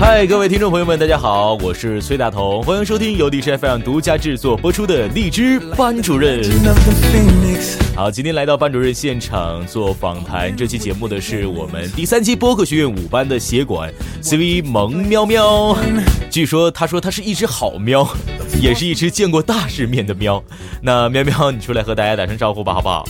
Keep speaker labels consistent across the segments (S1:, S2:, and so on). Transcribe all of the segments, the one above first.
S1: 嗨，各位听众朋友们，大家好，我是崔大同，欢迎收听由荔枝 FM 独家制作播出的《荔枝班主任》。好，今天来到班主任现场做访谈，这期节目的是我们第三期播客学院五班的协管 CV 萌喵喵。据说他说他是一只好喵，也是一只见过大世面的喵。那喵喵，你出来和大家打声招呼吧，好不好？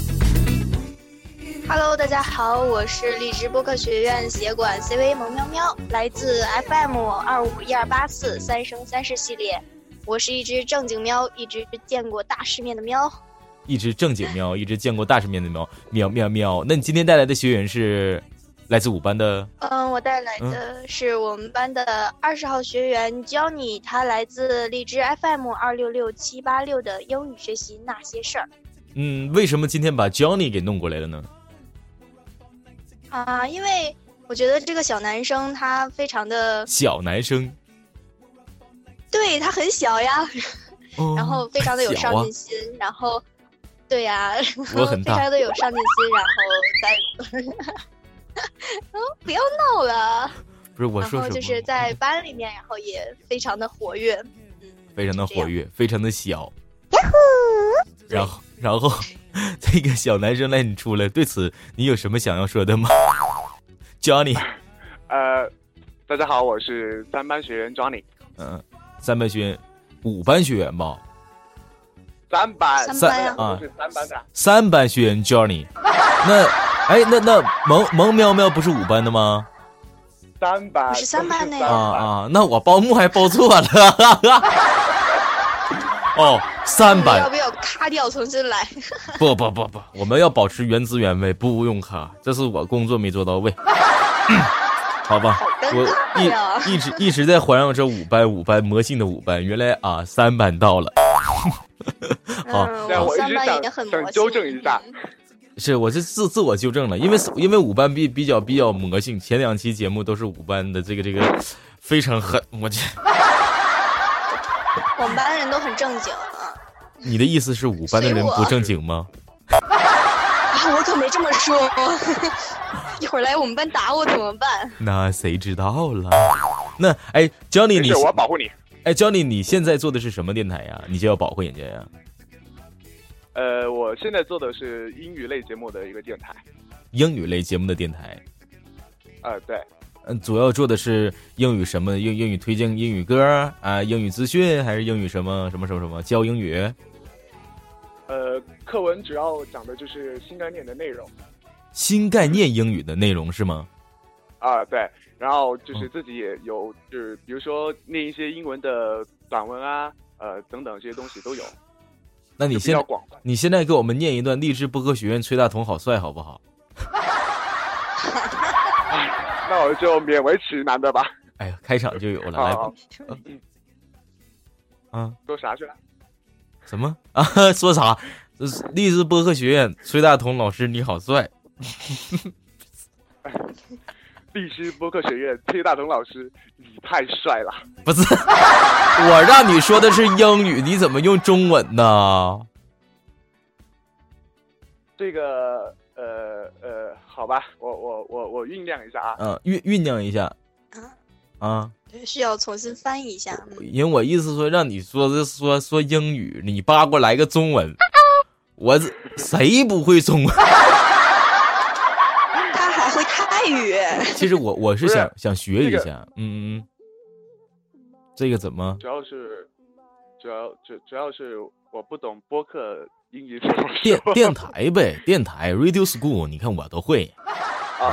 S2: Hello，大家好，我是荔枝播客学院协管 CV 萌喵喵，来自 FM 二五一二八四三生三世系列。我是一只正经喵，一只见过大世面的喵。
S1: 一只正经喵，一只见过大世面的喵喵喵喵。那你今天带来的学员是来自五班的？
S2: 嗯，我带来的是我们班的二十号学员 Johnny，他来自荔枝 FM 二六六七八六的英语学习那些事儿。
S1: 嗯，为什么今天把 Johnny 给弄过来了呢？
S2: 啊，因为我觉得这个小男生他非常的，
S1: 小男生，
S2: 对他很小呀，
S1: 哦
S2: 然后非常的有
S1: 小
S2: 上
S1: 啊
S2: 进心，然后，对呀、然
S1: 我
S2: 后
S1: 很
S2: 非
S1: 大
S2: 常的有上进心，然后在， 然后不要闹了，
S1: 不是我
S2: 然
S1: 说
S2: 后
S1: 什么？
S2: 就是在班里面，然后也非常的活跃，
S1: 非常的
S2: 这样
S1: 活跃，非常的小。然后，然后 这个小男生来你出来，对此你有什么想要说的吗？Johnny，
S3: 呃，大家好，我是三班学员 Johnny。
S1: 嗯、三班学员，五班学员吧，
S3: 三班，
S2: 三
S1: 班呀
S3: 我是三班的。
S1: 三班学员 Johnny。那，哎，那那萌萌喵喵不是五班的吗？
S3: 三班，
S2: 我是三班的呀
S1: 啊
S3: 都是三班
S2: 哎
S1: 啊，那我报幕还报错了。 哦，三班
S2: 要不要咔掉重 新来？嗯
S1: 不不不不，我们要保持原汁原味，不用卡。这是我工作没做到位，嗯好吧？
S2: 尴尬呀
S1: 我一一直一直在环绕着五班五班魔性的五班，原来啊三班到了，好
S2: 嗯，
S3: 对啊
S2: 我
S3: 我一
S2: 三
S3: 直
S2: 班已
S3: 想
S2: 经很
S3: 想
S2: 魔性
S3: 纠正一下，
S1: 是我是自自我纠正了，因为因为五班比比较比较魔性，前两期节目都是五班的这个这个非常狠，我这
S2: 我们班人都很正经啊，
S1: 你的意思是五班的人不正经吗？
S2: 啊我可没这么说， 一会儿来我们班打我怎么办？
S1: 那谁知道了？那哎，Johnny
S3: 没
S1: 你
S3: 事，我保护你。
S1: 哎 Johnny 你现在做的是什么电台呀？你就要保护人家呀？
S3: 呃，我现在做的是英语类节目的一个电台。
S1: 英语类节目的电台。
S3: 呃，对，
S1: 嗯，主要做的是英语什么英英语推荐英语歌啊、英语资讯还是英语什么什么什么什么教英语？
S3: 呃，课文主要讲的就是新概念的内容
S1: 新概念英语的内容是吗？
S3: 啊、对。然后就是自己也有，就是比如说念一些英文的短文啊，呃，等等这些东西都有，
S1: 那你
S3: 就比较
S1: 现
S3: 广泛。
S1: 你现在给我们念一段励志播客学院崔大同好帅好不好？
S3: 那我就勉为其难的吧。
S1: 哎呀，开场就有了，来吧
S3: 好，
S1: 啊，
S3: 说啥去了？
S1: 什么 啊？说啥？这是励志播客学院崔大同老师你好帅，
S3: 荔枝播客学院崔大同老师，你太帅了。
S1: 不是 我让你说的是英语，你怎么用中文呢？
S3: 这个呃呃，好吧，我我我我酝酿一下啊。
S1: 嗯、酝酝酿一下啊。
S2: 需要重新翻译一下。嗯
S1: 因为我意思说让你说是说说英语，你扒过来个中文，我这谁不会中文？
S2: 他还会泰语，
S1: 其实我我是
S3: 不是
S1: 想想学一
S3: 这个
S1: 下，嗯嗯嗯，这个怎么？
S3: 主要是，主要主主要是我不懂播客英语怎么
S1: 电
S3: 说
S1: 电台呗，电台 radio school，你看我都会
S2: 哎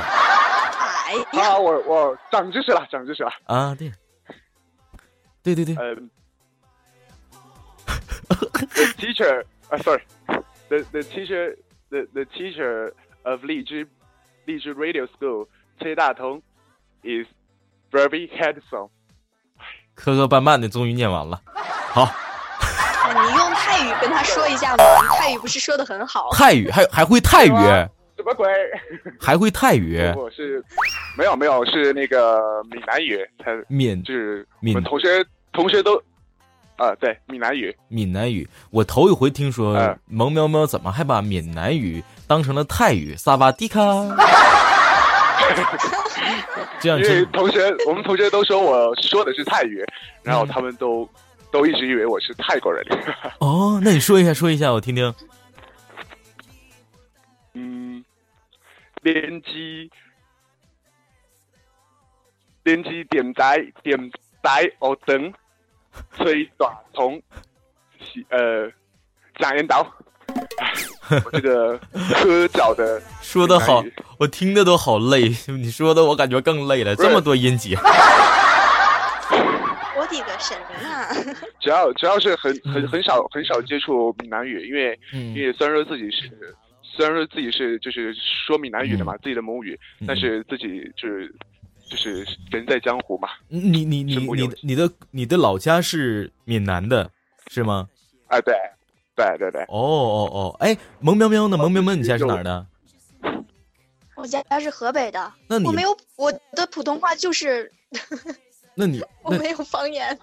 S2: 呀，
S3: 啊，我我长知识了，长知识了。
S1: 啊，对，对对对，
S3: 呃， the teacher, uh, sorry, the the teacher, the the teacher of Liju, Liju Radio School, Che Da Tong, is very handsome.
S1: 磕磕绊绊的，终于念完了。好，
S2: 啊你用泰语跟他说一下嘛，你泰语不是说的很好？
S1: 泰语还还会泰语，
S3: 什么鬼？
S1: 还会泰语，
S3: 我是没有没有是那个闽南语，他
S1: 闽
S3: 就是我
S1: 闽
S3: 们同学同学都，啊、对，闽南语。
S1: 闽南语。我头一回听说
S3: 哎
S1: 萌喵喵怎么还把闽南语当成了泰语，萨瓦 迪卡。这样
S3: 因为
S1: 真
S3: 同学， 我们同学都说我说的是泰语，
S1: 嗯
S3: 然后他们都、都一直以为我是泰国人。
S1: 哦？那你说一下，说一下，我听听。
S3: 嗯，连机，连机点台点台哦灯，吹短筒，洗呃，长烟刀。哎 我这个科角的
S1: 说的好
S3: 闽南语，
S1: 我听的都好累。 你说的我感觉更累了，
S3: 不是
S1: 这么多音节。
S2: 我的个神啊！
S3: 只要只要是很很很少很少接触闽南语，因为
S1: 嗯
S3: 因为虽然说自己是虽然说自己是就是说闽南语的嘛，自己的母语，
S1: 嗯
S3: 但是自己就是就是人在江湖嘛，
S1: 你你你
S3: 是木
S1: 你
S3: 有
S1: 的你的你的老家是闽南的，是吗？
S3: 啊，对对对对，
S1: 哦哦哦，哎，萌喵喵呢？萌喵喵，你家是哪儿的？
S2: 我家家是河北的，
S1: 那你
S2: 我没有我的普通话就是
S1: 那你
S2: 我
S1: 那
S2: 没有方言。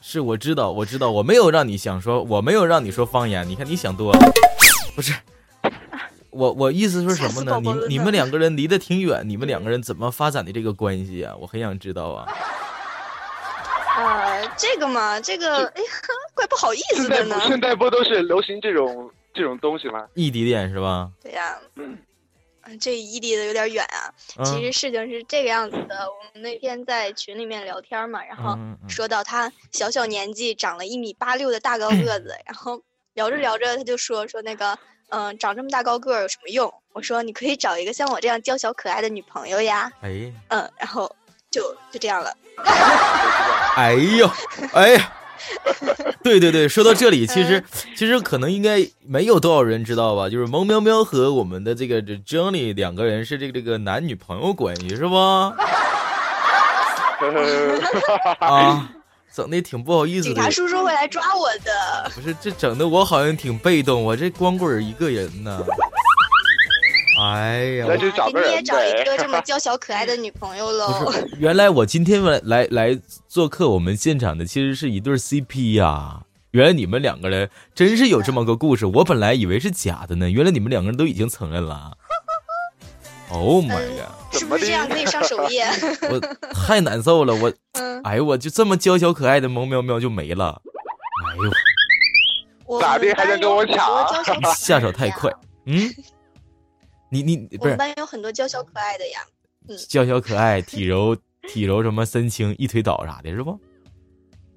S1: 是我知道，我知道，我没有让你想说，我没有让你说方言，你看你想多了。不是，我我意思是什么
S2: 吓
S1: 呢？
S2: 死宝
S1: 你
S2: 宝了嗯
S1: 你
S2: 呢
S1: 们两个人离得挺远，你们两个人怎么发展的这个关系啊？我很想知道啊。
S2: 呃，这个嘛，这个哎呀，怪不好意思
S3: 现在
S2: 的
S3: 不
S2: 呢。
S3: 现在不都是流行这种这种东西吗？
S1: 异地恋是吧？
S2: 对呀、嗯这异地的有点远啊。
S1: 嗯
S2: 其实事情是这个样子的，我们那天在群里面聊天嘛，然后
S1: 嗯嗯嗯
S2: 说到他小小年纪长了一米八六的大高个子，然后聊着聊着他就说说那个，嗯、长这么大高个儿有什么用？我说你可以找一个像我这样娇小可爱的女朋友呀，
S1: 哎
S2: 嗯，然后就就这样了。
S1: 哎呦，哎 呀，对对对，说到这里，其实
S2: 嗯
S1: 其实可能应该没有多少人知道吧，就是萌喵喵和我们的这个这 Johnny 两个人是这个这个男女朋友关系是吧？ 啊，整的挺不好意思
S2: 警
S1: 的
S2: 察，叔叔会来抓我的。
S1: 不是这整的我好像挺被动，我这光棍儿一个人呢。哎呀，
S3: 那就
S2: 啊
S3: 找
S2: 给
S3: 个
S2: 你也
S3: 人
S2: 找一
S3: 呗
S2: 个这 么娇小可爱的女朋友喽。
S1: 原来我今天来来来做客我们现场的其实是一对 CP 呀、原来你们两个人真是有这么个故事，我本来以为是假的呢，原来你们两个人都已经承认了啊。Oh my god！
S2: 是
S3: 怎
S2: 不
S3: 么
S2: 是这
S3: 的
S2: 样可以上啊首页？
S1: 我太难受了，我
S2: 嗯，
S1: 哎呦，我就这么娇小可爱的萌喵喵就没了，哎呦，
S2: 我
S3: 咋
S2: 们
S3: 地还
S2: 班
S3: 想跟
S2: 有
S3: 我
S2: 很多
S3: 抢
S2: 娇 小可
S1: 你
S2: 爱
S1: 下手
S2: 的
S1: 太
S2: 呀
S1: 快。 嗯，你你
S2: 我
S1: 不
S2: 们
S1: 是
S2: 班有很多娇小可爱的呀，
S1: 娇小可 爱，体柔体柔什么深情，一推倒啥的是不？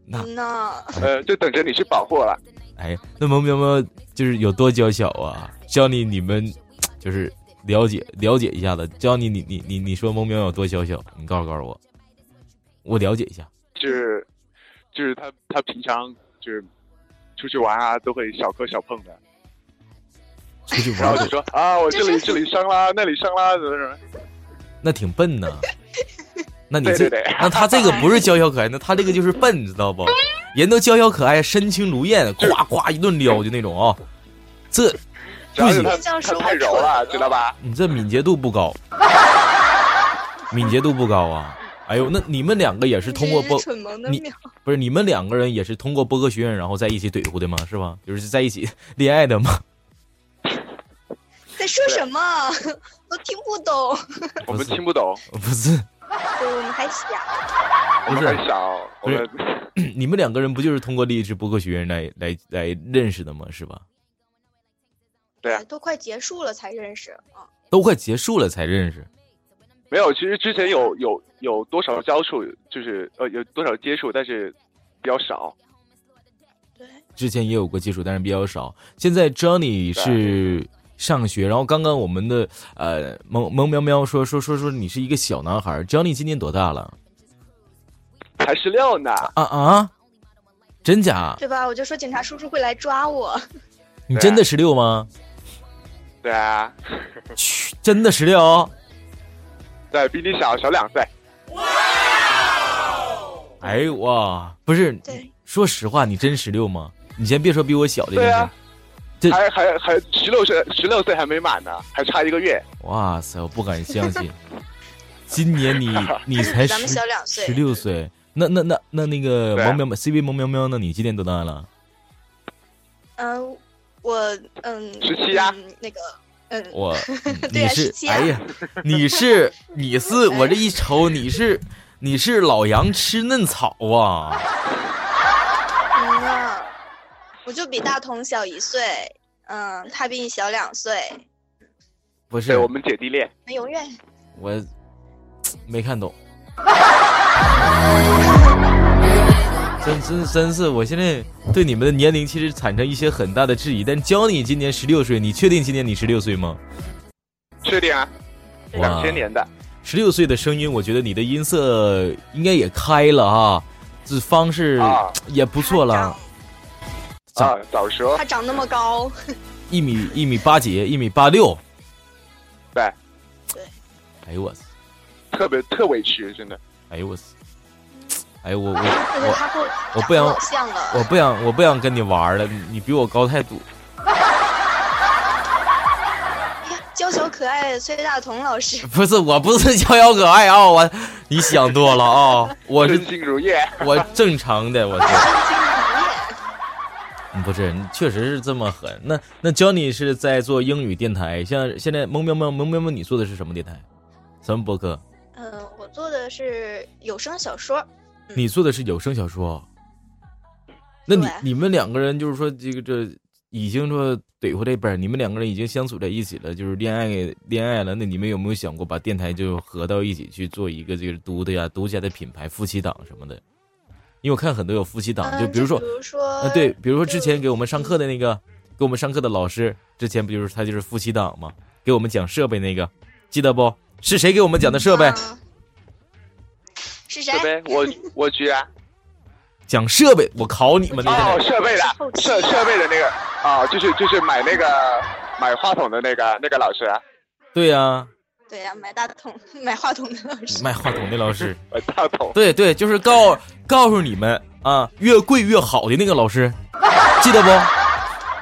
S1: 那
S2: 嗯呐，
S3: 呃，就等着你去保护了。
S1: 哎，那萌喵喵就是有多娇小啊？教你你们就是了解了解一下子，教你你你你你说萌喵有多娇小？你告诉告诉我，我了解一下。
S3: 就是就是他他平常就是出去玩啊，都会小磕小碰的，
S1: 出去
S3: 然
S1: 玩
S3: 后就
S1: 儿
S3: 说啊，我这
S2: 就
S3: 里
S2: 是
S3: 这里伤啦，那里伤啦，怎么怎么，
S1: 那挺笨呢。那你
S3: 对
S1: 这
S3: 对对
S1: 那他这个不是娇小可爱，那他这个就是笨，你知道不？人都娇小可爱，身轻如燕，呱呱一顿撩就那种啊、这
S3: 主要是
S1: 不
S3: 他
S2: 行这样
S3: 他
S2: 说
S3: 太
S2: 我
S3: 柔
S2: 蠢
S3: 了
S2: 了，
S3: 知道吧？
S1: 你这敏捷度不高， 敏捷度不高啊！哎呦，那你们两个也是通过
S2: 真
S1: 播
S2: 蠢萌的
S1: 你
S2: 喵，
S1: 不是你们两个人也是通过播客学院然后在一起怼呼的吗？是吧？就是在一起恋爱的吗？
S2: 在说什么？ 都听不懂。
S3: 我
S1: 不
S3: 们
S1: 是
S3: 听不懂，
S1: 不是，
S2: 对，我们嗯还小，
S3: 我们
S1: 不是
S3: 很小，我们
S1: 你们两个人不就是通过励志播客学院来来来认识的吗？是吧？
S3: 对啊
S2: 呃都快结束了才认识啊。
S1: 都快结束了才认识，
S3: 没有。其实之前有有有多少交触，就是呃有多少接触，但是比较少。
S2: 对，
S1: 之前也有过接触，但是比较少。现在 Johnny 是上学，然后刚刚我们的呃萌萌喵喵说说说说你是一个小男孩，Johnny 今年多大了？
S3: 才十六呢，
S1: 啊啊！真假？
S2: 对吧？我就说警察叔叔会来抓我，
S3: 啊
S1: 你真的十六吗？
S3: 对啊，
S1: 去，真的十
S3: 嗯
S1: 六？
S3: 对比你小小两岁，
S1: 哎哇，不是，
S2: 对，
S1: 说实话，你真十六吗？你先别说比我小这件事，这
S3: 对啊还还还十六岁，十六岁还没满呢，还差一个月。
S1: 哇塞，我不敢相信， 今年你你才
S2: 咱们
S1: 哎十
S2: 小两岁
S1: 十，六岁，那那那那那个
S3: 对啊
S1: 萌喵喵 CV 萌喵喵呢？你今年多大了？
S2: 嗯、我嗯，
S3: 17啊
S2: 嗯那个嗯，
S1: 我
S2: 对
S1: 你
S2: 啊
S1: 是
S2: 17啊
S1: 哎呀，你是你 是我这一瞅你是你是老杨吃嫩草啊！
S2: 嗯呐，我就比大同小一岁，嗯，他比你小两岁，
S1: 不是
S3: 对我们姐弟恋，
S2: 那永远
S1: 我没看懂， 真真真是，我现在对你们的年龄其实产生一些很大的质疑。但教你今年十六岁，你确定今年你十六岁吗？
S3: 确定啊？
S1: 哇
S3: 两千年的，
S1: 十六岁的声音，我觉得你的音色应该也开了啊，这方式
S3: 啊
S1: 也不错了
S2: 长，
S1: 早
S3: 啊，早熟
S2: 他，长那么高，
S1: 一米一米八几，一米八六。
S3: 对，
S1: 哎呦我操，
S3: 特别特委屈，真的。
S1: 哎呦我操，哎呦我我
S2: 但是
S1: 我
S2: 他跟我
S1: 我
S2: 长
S1: 不
S2: 得
S1: 想
S2: 老像了，
S1: 我不想，我不想跟你玩了，你你比我高太多。
S2: 哎呀娇小可爱的崔大同老师，
S1: 不是，我不是逍遥可爱啊，我你想多了啊，我是
S3: 身轻如燕，
S1: 我正常的，我是
S2: 真经理，
S1: 嗯不是？你确实是这么狠。那那 Johnny 是在做英语电台，像现在萌喵喵萌喵喵，你做的是什么电台？什么博客？
S2: 嗯，我做的是有声小说，
S1: 你做的是有声小说。哦那你
S2: 嗯对
S1: 你们两个人就是说这个这已经说怼回这本儿，你们两个人已经相处在一起了，就是恋爱恋爱了。那你们有没有想过把电台就合到一起去做一个这个独的呀独家的品牌夫妻档什么的？因为我看很多有夫妻档，
S2: 嗯，
S1: 啊就比如说
S2: 比如说，
S1: 啊，对，比如说之前给我们上课的那个，给我们上课的老师，之前不就是他就是夫妻档吗？给我们讲设备那个，记得不？是谁给我们讲的设备？
S2: 嗯是谁
S3: 设？备，我我啊居然
S1: 讲设备，我考你们那
S3: 哦，
S1: 个。
S3: 设备的
S2: 后期
S3: 设设备的那个啊，就是就是买那个买话筒的那个那个老师啊，
S1: 对呀、
S2: 对呀、买大桶 买话筒的老 师，
S1: 卖话筒的老师。
S3: 呃，大筒
S1: 对对，就是告告诉你们啊，越贵越好的那个老 师，记得不？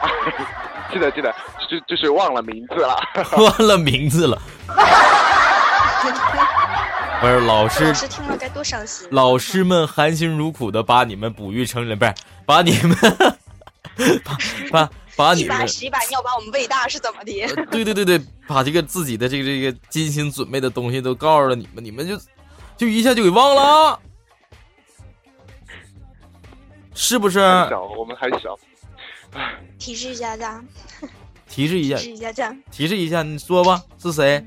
S3: 记得记得，就就是忘了名字了。
S1: 忘了名字了。 不是老师
S2: 老，师听了该多伤心。
S1: 老师们含辛茹苦的把你们哺育成人，不是把你们 把把把你
S2: 一把
S1: 们，
S2: 屎一把尿把我们喂大是怎么的？
S1: 呃 对对对对，把这个自己的这个这个精心准备的东西都告诉了你们，你们就就一下就给忘了啊，是不是？
S3: 还小，我们还小，
S2: 提示一下家，
S1: 提示一下
S2: 提，示一下家，
S1: 提示一下，你说吧，是谁？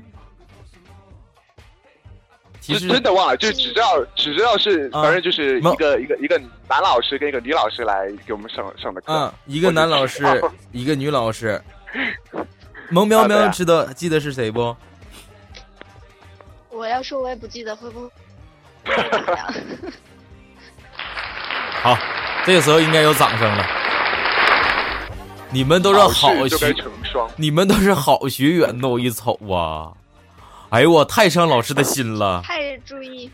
S1: 提
S3: 就
S1: 示
S3: 真的忘了，就只知道只知道是，
S1: 啊
S3: 反正就是
S1: 没有
S3: 一个一个一个男老师跟一个女老师来给我们上上的课。
S1: 啊，一个男老师，一个女老师。萌喵
S3: 啊对
S1: 喵
S3: 啊
S1: 知道记得是谁不？
S2: 我要说我也不记得会不会。
S1: 好，这个时候应该有掌声了。你们都是好
S3: 事就该
S1: 学，
S3: 成双。
S1: 你们都是好学员呐！我一瞅啊，哎呦我太伤老师的心了。
S2: 太注意，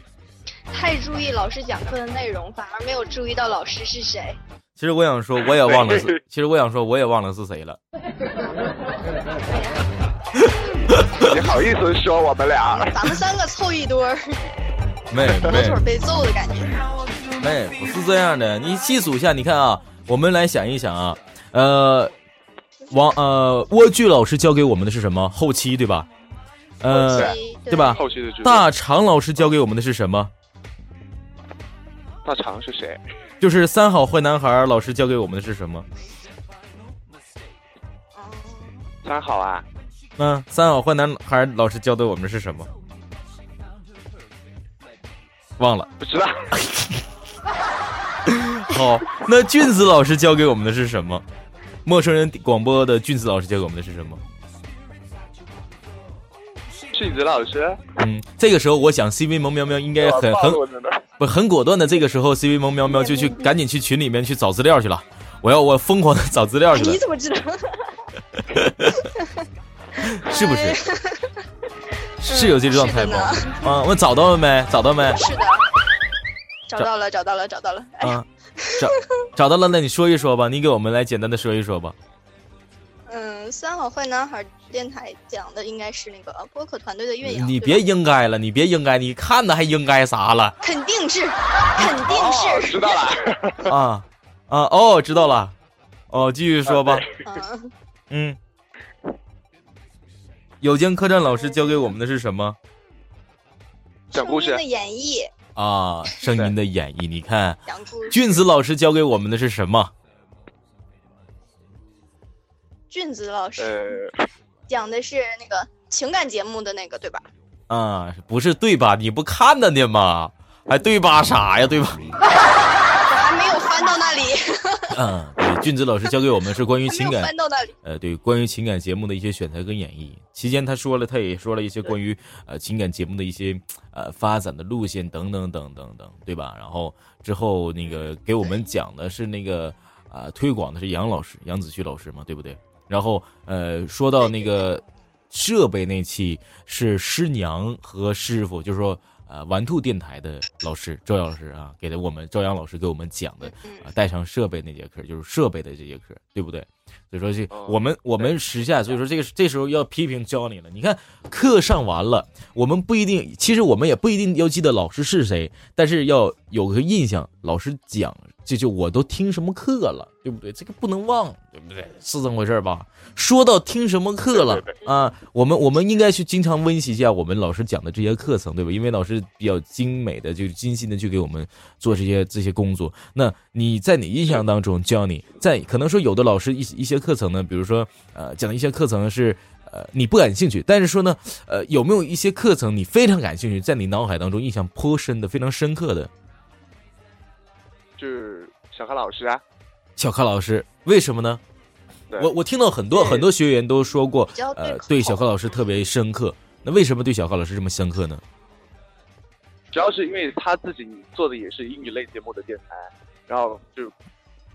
S2: 太注意老师讲课的内容，反而没有注意到老师 是谁。
S1: 其实我想说，我也忘了 是，其实我想说，我也忘了是谁了。
S3: 你好意思说我们俩？
S2: 咱们三个凑一堆儿，
S1: 妹
S2: 有
S1: 妹
S2: 种被揍的感觉。
S1: 妹，哎不是这样的，你细数一下，你看啊，我们来想一想啊，呃，王呃蜗苣老师教给我们的是什么？后期对吧？呃，
S2: 期
S1: 对吧？
S3: 后续的就是
S1: 大长老师教给我们的是什么？
S3: 大肠是谁？
S1: 就是三好坏男孩老师教给我们的是什么？
S2: 哦
S3: 三好啊，
S1: 嗯，三好坏男孩老师教的我们是什么？忘了。
S3: 不 知道。
S1: 好，那俊子老师教给我们的是什么？陌生人广播的俊子老师教给我们的是什么？
S3: 是你的老师？
S1: 嗯，这个时候我想 CV 萌喵喵应该
S3: 我
S1: 很
S3: 暴
S1: 很
S3: 露着呢
S1: 不我很果断的，这个时候 CV 萌喵喵就去赶紧去群里面去找资料去了。我要我疯狂的找资料去了
S2: 哎你，怎么知道？
S1: 是不 是？是有这个状态不？
S2: 嗯是的呢
S1: 啊，我找到了没？找到没？
S2: 是的，找到了，找到了，找到了。哎呀，
S1: 啊，找找到了，那你说一说吧，你给我们来简单的说一说吧。
S2: 嗯，三好坏男孩电台讲的应该是那个播客团队的岳阳。
S1: 你
S2: 对吧
S1: 别应该了，你别应该，你看的还应该啥了
S2: 肯定是，肯定
S3: 哦，
S2: 是。
S3: 知道了，
S1: 啊啊哦，知道了，哦，继续说吧。
S2: 嗯，
S1: 嗯，有间客栈老师教给我们的是什么
S3: 讲故事
S2: 声音的演绎，
S1: 啊？声音的演绎，你看
S2: 讲故 事。
S1: 俊子老师教给我们的是什么？
S2: 俊子老师
S3: 呃，
S2: 讲的是那个情感节目的那个，对吧？
S1: 啊，不是对吧？你不看的呢吗？还对吧啥呀？对吧？
S2: 我还没有翻到那里，
S1: 嗯，对，俊子老师教给我们是关于
S2: 还
S1: 情
S2: 没有
S1: 感
S2: 翻到那里。
S1: 呃，对关于情感节目的一些选材跟演绎。期间，他说了，他也说了一些关于呃情感节目的一些呃发展的路线等等等等等，对吧？然后之后那
S2: 嗯
S1: 个给我们讲的是那个啊、呃推广的是杨老师杨子旭老师嘛，对不对？然后呃说到那个设备那期是师娘和师傅，就是说。呃，玩兔电台的老师赵老师啊，给了我们赵阳老师给我们讲的
S2: 嗯
S1: 啊，带上设备那节课就是设备的这节课，对不对？所以说这
S3: 哦
S1: 我们我们时下，所以说这个这时候要批评教你了。你看课上完了，我们不一定，其实我们也不一定要记得老师是谁，但是要有个印象，老师讲这就我都听什么课了，对不对？这个不能忘，对不对？是这么回事吧？说到听什么课了
S3: 对对
S1: 啊，我们我们应该去经常温习一下我们老师讲的这些课程，对吧？因为老师比较精美的，就是精心的去给我们做这些这些工作。那你在你印象当中，教你在可能说有的老师一一些课程呢，比如说呃讲的一些课程是呃你不感兴趣，但是说呢，呃有没有一些课程你非常感兴趣，在你脑海当中印象颇深的、非常深刻的？
S3: 就是小咖老师啊，
S1: 小咖老师为什么呢？
S3: 对
S1: 我我听到很多
S3: 是
S1: 很多学员都说过
S2: 比较，对
S1: 呃
S2: 口，
S1: 对小咖老师特别深刻。那为什么对小咖老师这么深刻呢？
S3: 主要是因为他自己做的也是英语类节目的电台，然后就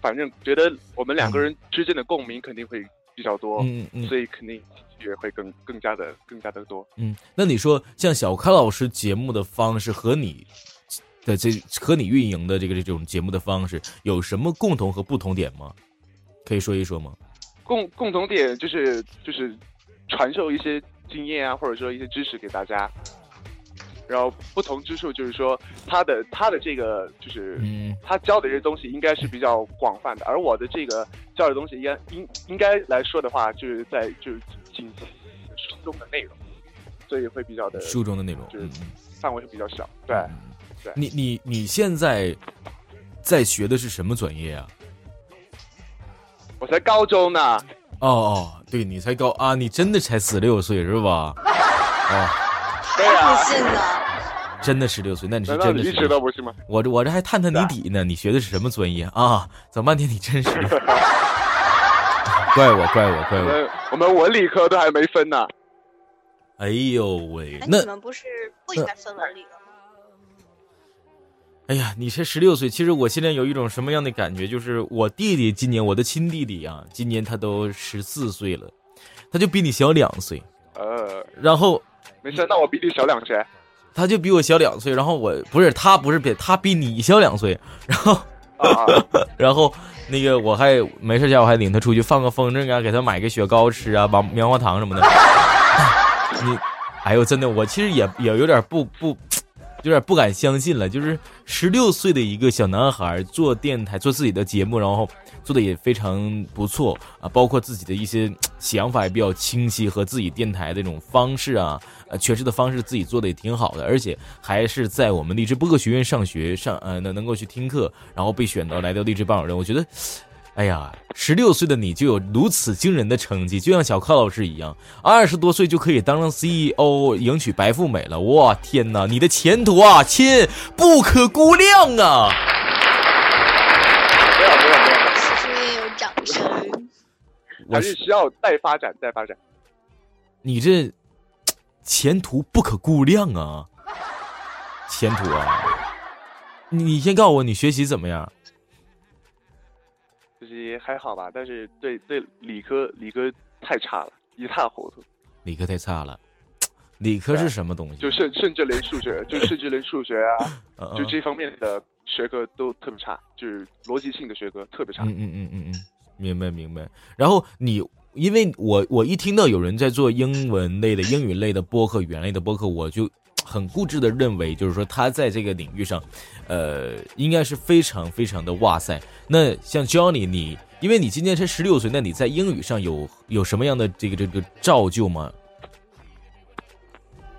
S3: 反正觉得我们两个人之间的共鸣肯定会比较多，
S1: 嗯嗯
S3: 哦所以肯定也会更更加的更加的多。
S1: 嗯，那你说像小咖老师节目的方式和你的这和你运营的这个这种节目的方式有什么共同和不同点吗？可以说一说吗？
S3: 共共同点就是就是传授一些经验啊，或者说一些知识给大家。然后不同之处就是说，他的他的这个就是
S1: 嗯
S3: 他教的这些东西应该是比较广泛的，而我的这个教的东西应该应应该来说的话，就是在就是仅仅书中的内容，所以会比较的
S1: 书中的内容，
S3: 呃就是
S1: 嗯，嗯
S3: 范围会比较小。对，对
S1: 你你你现在在学的是什么专业啊？
S3: 我才高中呢，
S1: 哦哦，对你才高啊，你真的才十六岁是吧？哦，
S3: 对
S2: 不
S3: 啊，
S2: 信呢，
S1: 真的十六岁，那你是
S3: 难道
S1: 真的
S3: 你
S1: 是
S3: 一直都不是吗？
S1: 我这我这还探探你底呢，你学的是什么专业啊？整半天你真是，怪我怪我怪我！
S3: 我们呃我们文理科都还没分呢，
S1: 哎呦喂
S2: 哎，
S1: 那
S2: 你们不是不应该分文理了吗？
S1: 哎呀，你才十六岁，其实我现在有一种什么样的感觉，就是我弟弟今年我的亲弟弟啊，今年他都十四岁了，他就比你小两岁，
S3: 呃，
S1: 然后
S3: 没事，那我比你小两岁。
S1: 他就比我小两岁，然后我不是他不是比他比你小两岁，然后。
S3: 啊，
S1: 然后那个我还没事家我还领他出去放个风筝啊，给他买个雪糕吃啊，把棉花糖什么的。 你，哎呦，真的，我其实也也有点不不，有点不敢相信了。就是十六岁的一个小男孩做电台，做自己的节目，然后做的也非常不错啊，包括自己的一些想法也比较清晰，和自己电台的这种方式啊，呃，诠释的方式自己做的也挺好的，而且还是在我们励志播客学院上学上，呃，能能够去听课，然后被选到来到励志班主任，我觉得。哎呀，十六岁的你就有如此惊人的成绩，就像小柯老师一样，二十多岁就可以当上 CEO，迎娶白富美了。哇，天哪，你的前途啊，亲，不可估量啊！
S3: 没有没有没有。
S2: 因为有掌声。
S1: 我
S3: 还是需要再发展， 再发展。
S1: 你这前途不可估量啊，前途啊！你你先告诉我你学习怎么样？
S3: 就是还好吧，但是对对理科理科太差了，一塌糊涂，
S1: 理科太差了，理科是什么东西？
S3: 哎就甚甚至连数学，就甚至连数学 啊，
S1: 嗯
S3: 就
S1: 嗯
S3: 这方面的学科都特别差，就是逻辑性的学科特别差。
S1: 嗯嗯嗯嗯嗯，明白明白。然后你，因为我我一听到有人在做英文类的、英语类的播客、语言类的播客，我就很固执的认为，就是说他在这个领域上，呃，应该是非常非常的哇塞。那像 Johnny，你因为你今年才十六岁，那你在英语上有有什么样的这个这个造就吗？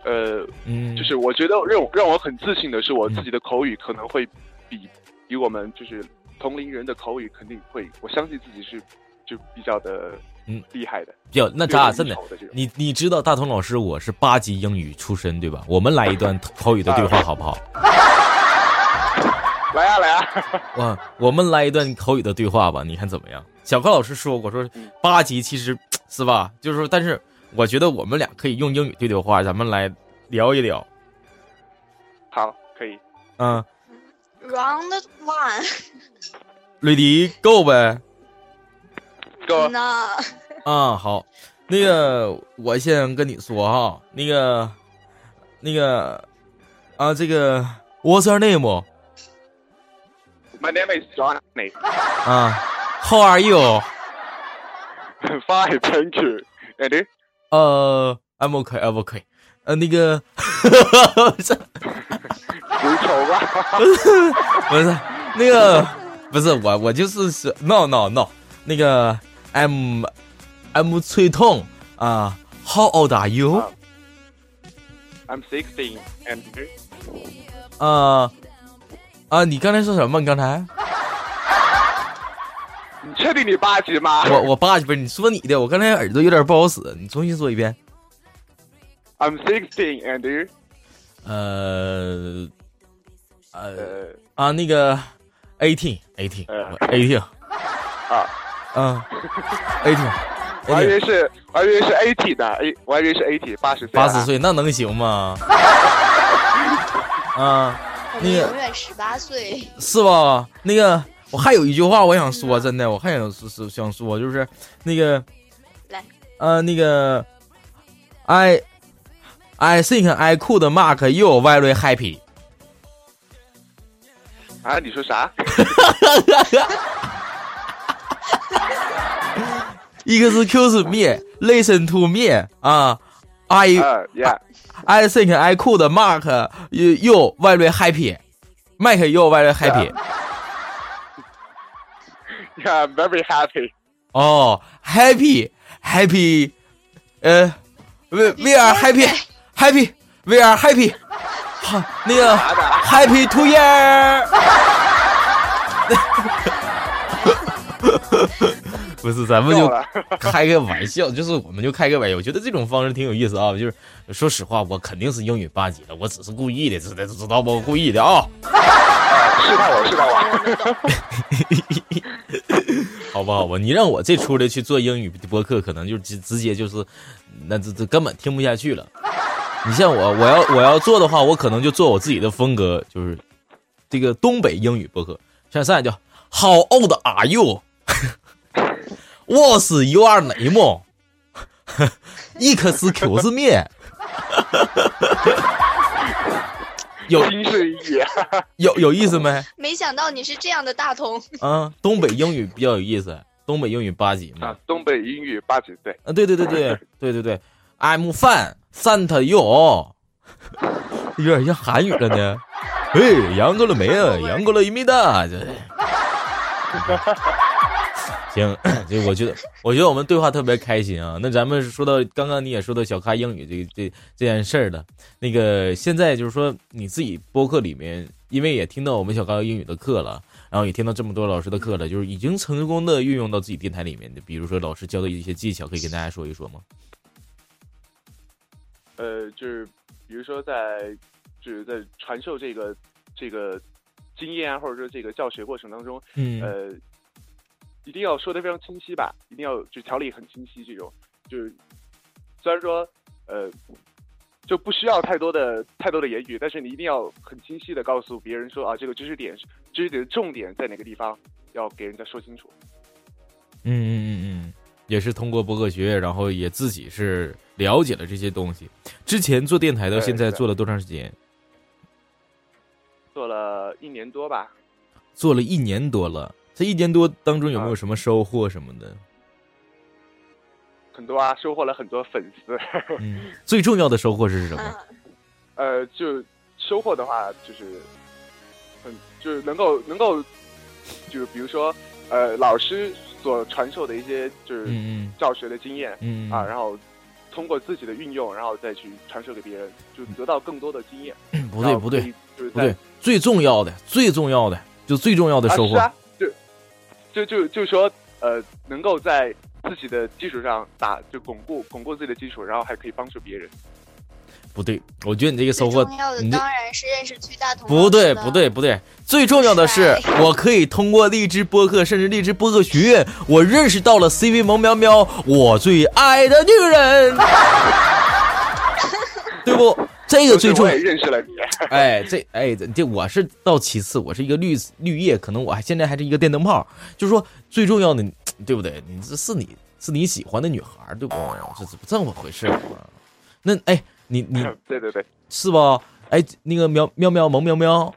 S3: 呃，
S1: 嗯，
S3: 就是我觉得让我让我很自信的是，我自己的口语可能会比比我们就是同龄人的口语肯定会，我相信自己是就比较的
S1: 嗯
S3: 厉害的。
S1: 比较，那咱俩
S3: 这
S1: 真
S3: 个
S1: 的
S3: 很丑的这种
S1: 你你知道大同老师我是八级英语出身对吧？我们来一段口语的对
S3: 啊
S1: 话好不好？
S3: 来啊来啊，
S1: 哇，我们来一段口语的对话吧，你看怎么样？小高老师说过，说八级其实是吧？就是说，但是我觉得我们俩可以用英语对对话，咱们来聊一聊。
S3: 好，可以。
S1: 嗯
S2: Round one，
S1: ，Ready go 呗。
S3: 哥，
S2: 那
S1: 啊，好，那个我先跟你说哈，那个，那个，啊，这个 What's your name？
S3: My name is Johnny.
S1: 啊，How are you？
S3: Fine, thank you. And you?
S1: 呃，I'm okay，I'm okay。呃，那个，
S3: 足球吧？
S1: 不是那个，不是我，我就是是 no no no，那个 I'm I'm 崔痛啊、h o w old are you？
S3: 啊 I'm sixteen. And you?
S1: 啊啊，你刚才说什么？你刚才
S3: 你确定你八级吗
S1: 我我爸不是你说你的，我刚才耳朵有点不好使，你重新说一遍。
S3: ？I'm sixteen. And you?
S1: 呃呃
S3: 呃
S1: 啊，那个 eighteen eighteen
S3: 呃
S1: eighteen
S3: 啊，
S1: 啊 eighteen
S3: 我还以为呃是，我还以为是 eighty 呢，A，我还以为是 eighty，八十岁。
S1: 八十。岁那能行吗？ 啊。
S2: 我
S1: 那
S2: 们
S1: 个
S2: 永远十八岁。
S1: 是吧？那个，我还有一句话我想说，真的，我还想说说想说，就是那个，
S2: 来，
S1: 呃，那个，I I think I could mark you very happy
S3: 啊，你说啥？
S1: Excuse me, listen to me 啊、I
S3: 啊，Yeah，
S1: I think I could mark you you very happy, make you very happy.
S3: Yeah, I'm very happy.
S1: 哦，happy happy，呃，we we are happy happy we are happy，好， 那个 happy two year。不是，咱们
S3: 够
S1: 就
S3: 了
S1: 开个玩笑， 就是我们就开个玩笑。我觉得这种方式挺有意思啊。就是说实话，我肯定是英语八级的，我只是故意的，知道知道不？我故意的啊。
S3: 试探我，试探我。
S1: 好不好 吧？你让我这出来去做英语播客，可能就直直接就是，那这这根本听不下去了。你像我，我要我要做的话，我可能就做我自己的风格，就是这个东北英语播客。像上来就 How old are you? What's your name? Excuse me. 有
S3: 新世纪，
S1: 有有意思没？
S2: 没想到你是这样的大同，
S1: 啊，东北英语比较有意思，东北英语八级嘛。
S3: 啊，东北英语八级，对，
S1: 啊，对对对对对对对，I'm fan Santa you，有点像韩语了呢。哎，杨过了没啊？杨过了一米大，这。 行， 这我觉得，我觉得我们对话特别开心啊。那咱们说到刚刚你也说到小咖英语这个这这件事儿了，那个现在就是说你自己播客里面，因为也听到我们小咖英语的课了，然后也听到这么多老师的课了，就是已经成功的运用到自己电台里面的，比如说老师教的一些技巧，可以跟大家说一说吗？
S3: 呃，就是比如说在，就是在传授这个这个经验啊，或者说这个教学过程当中，
S1: 嗯
S3: 呃，一定要说的非常清晰吧，一定要就条理很清晰这种，就是虽然说呃，就不需要太多的太多的言语，但是你一定要很清晰的告诉别人说啊，这个知识点知识点的重点在哪个地方，要给人家说清楚。
S1: 嗯嗯嗯嗯，也是通过播客学院，然后也自己是了解了这些东西。之前做电台到
S3: 对
S1: 现在
S3: 对
S1: 做了多长时间？
S3: 做了一年多吧，
S1: 做了一年多了。这一年多当中有没有
S3: 啊
S1: 什么收获什么的？
S3: 很多啊，收获了很多粉丝。
S1: 嗯，最重要的收获是什
S2: 嗯
S3: 啊
S1: 么？，
S3: 呃，就收获的话，就是很就是能够能够，就比如说呃老师所传授的一些就是
S1: 嗯
S3: 教学的经验、
S1: 嗯嗯
S3: 啊，然后通过自己的运用，然后再去传授给别人，就得到更多的经验。
S1: 嗯，不
S3: 然
S1: 对
S3: 后
S1: 不
S3: 可
S1: 对
S3: 以就是
S1: 不
S3: 在
S1: 对，最重要的最重要的就最重要的收获
S3: 啊是啊，就就就就说呃，能够在自己的基础上打，就巩固巩固自己的基础，然后还可以帮助别人。
S1: 不对，我觉得你这个
S2: 最
S1: 收获
S3: 啊
S2: 重要的
S1: 你这
S2: 当然是认识巨大同。
S1: 不对，不，对，不对。最重要的是，我可以通过荔枝播客，甚至荔枝播客学院，我认识到了 CV 萌喵喵，我最爱的女人，对不？这个最重
S3: 我
S1: 要
S3: 也。认识了你，
S1: 哎，这哎这这我是到其次，我是一个绿绿叶，可能我还现在还是一个电灯泡，就是说最重要的，对不对？你这是你是你喜欢的女孩，对不？这这这么回事儿啊？那哎，你你
S3: 对对对，
S1: 是吧？哎，那个喵喵喵萌喵喵，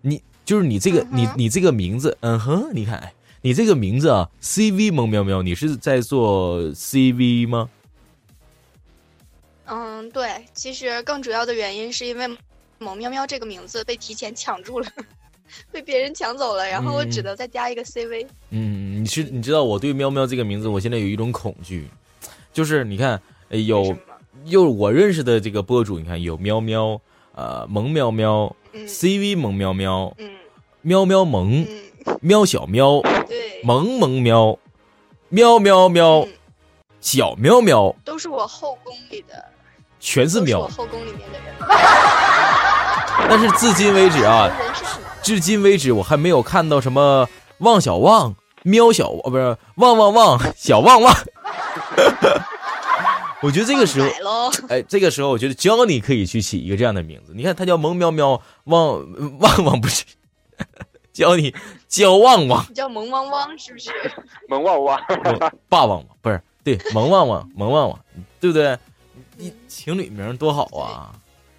S1: 你就是你这个、你你这个名字，嗯哼，你看，哎，你这个名字啊，CV 萌喵喵，你是在做 CV 吗？
S2: 嗯，对，其实更主要的原因是因为“萌喵喵”这个名字被提前抢注了， 被别人抢走了，然后我
S1: 嗯
S2: 只能再加一个 CV。
S1: 嗯，你是你知道我对喵喵这个名字，我现在有一种恐惧，就是你看，哎
S2: 为
S1: 有
S2: 什么
S1: 又我认识的这个播主，你看有喵喵，呃，萌喵喵
S2: 嗯
S1: ，CV 萌喵喵，
S2: 嗯
S1: 喵喵萌，
S2: 嗯，
S1: 喵小喵，
S2: 对，
S1: 萌萌喵，喵喵喵
S2: 嗯，
S1: 小喵喵。
S2: 都是我后宫里的，
S1: 全是
S2: 都是我
S1: 喵，
S2: 后宫里面的人。
S1: 但是至今为止啊，
S2: 人是什么？
S1: 至今为止我还没有看到什么旺小旺、喵小哦，不是旺旺旺、 小旺旺。我觉得这个 时候，
S2: 买喽，
S1: 哎，这个时候我觉得 Johnny 可以去起一个这样的名字。你看，他叫萌喵喵，旺旺旺不是 Johnny，叫旺旺，
S2: 你叫萌汪汪是不是？
S3: 萌旺旺。
S1: 不霸旺旺不是对，萌旺旺，萌旺旺，对不对？你情侣名多好啊，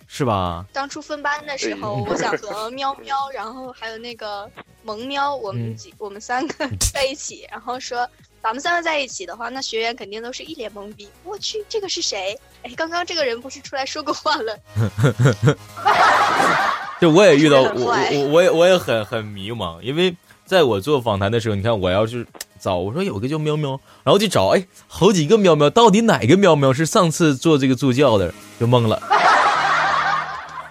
S1: 是吧？
S2: 当初分班的时候，我想和喵喵，然后还有那个萌喵，我们
S1: 嗯
S2: 几、我们 三个在一起，然后说咱们三个在一起的话，那学员肯定都是一脸懵逼。我去，这个是谁？哎，刚刚这个人不是出来说过话了？
S1: 就我也遇到，
S2: 很
S1: 我
S2: 坏
S1: 我我也我也很很迷茫，因为在我做访谈的时候，你看我要是找，我说有个叫喵喵，然后就找，哎，好几个喵喵，到底哪个喵喵是上次做这个助教的，就懵 了，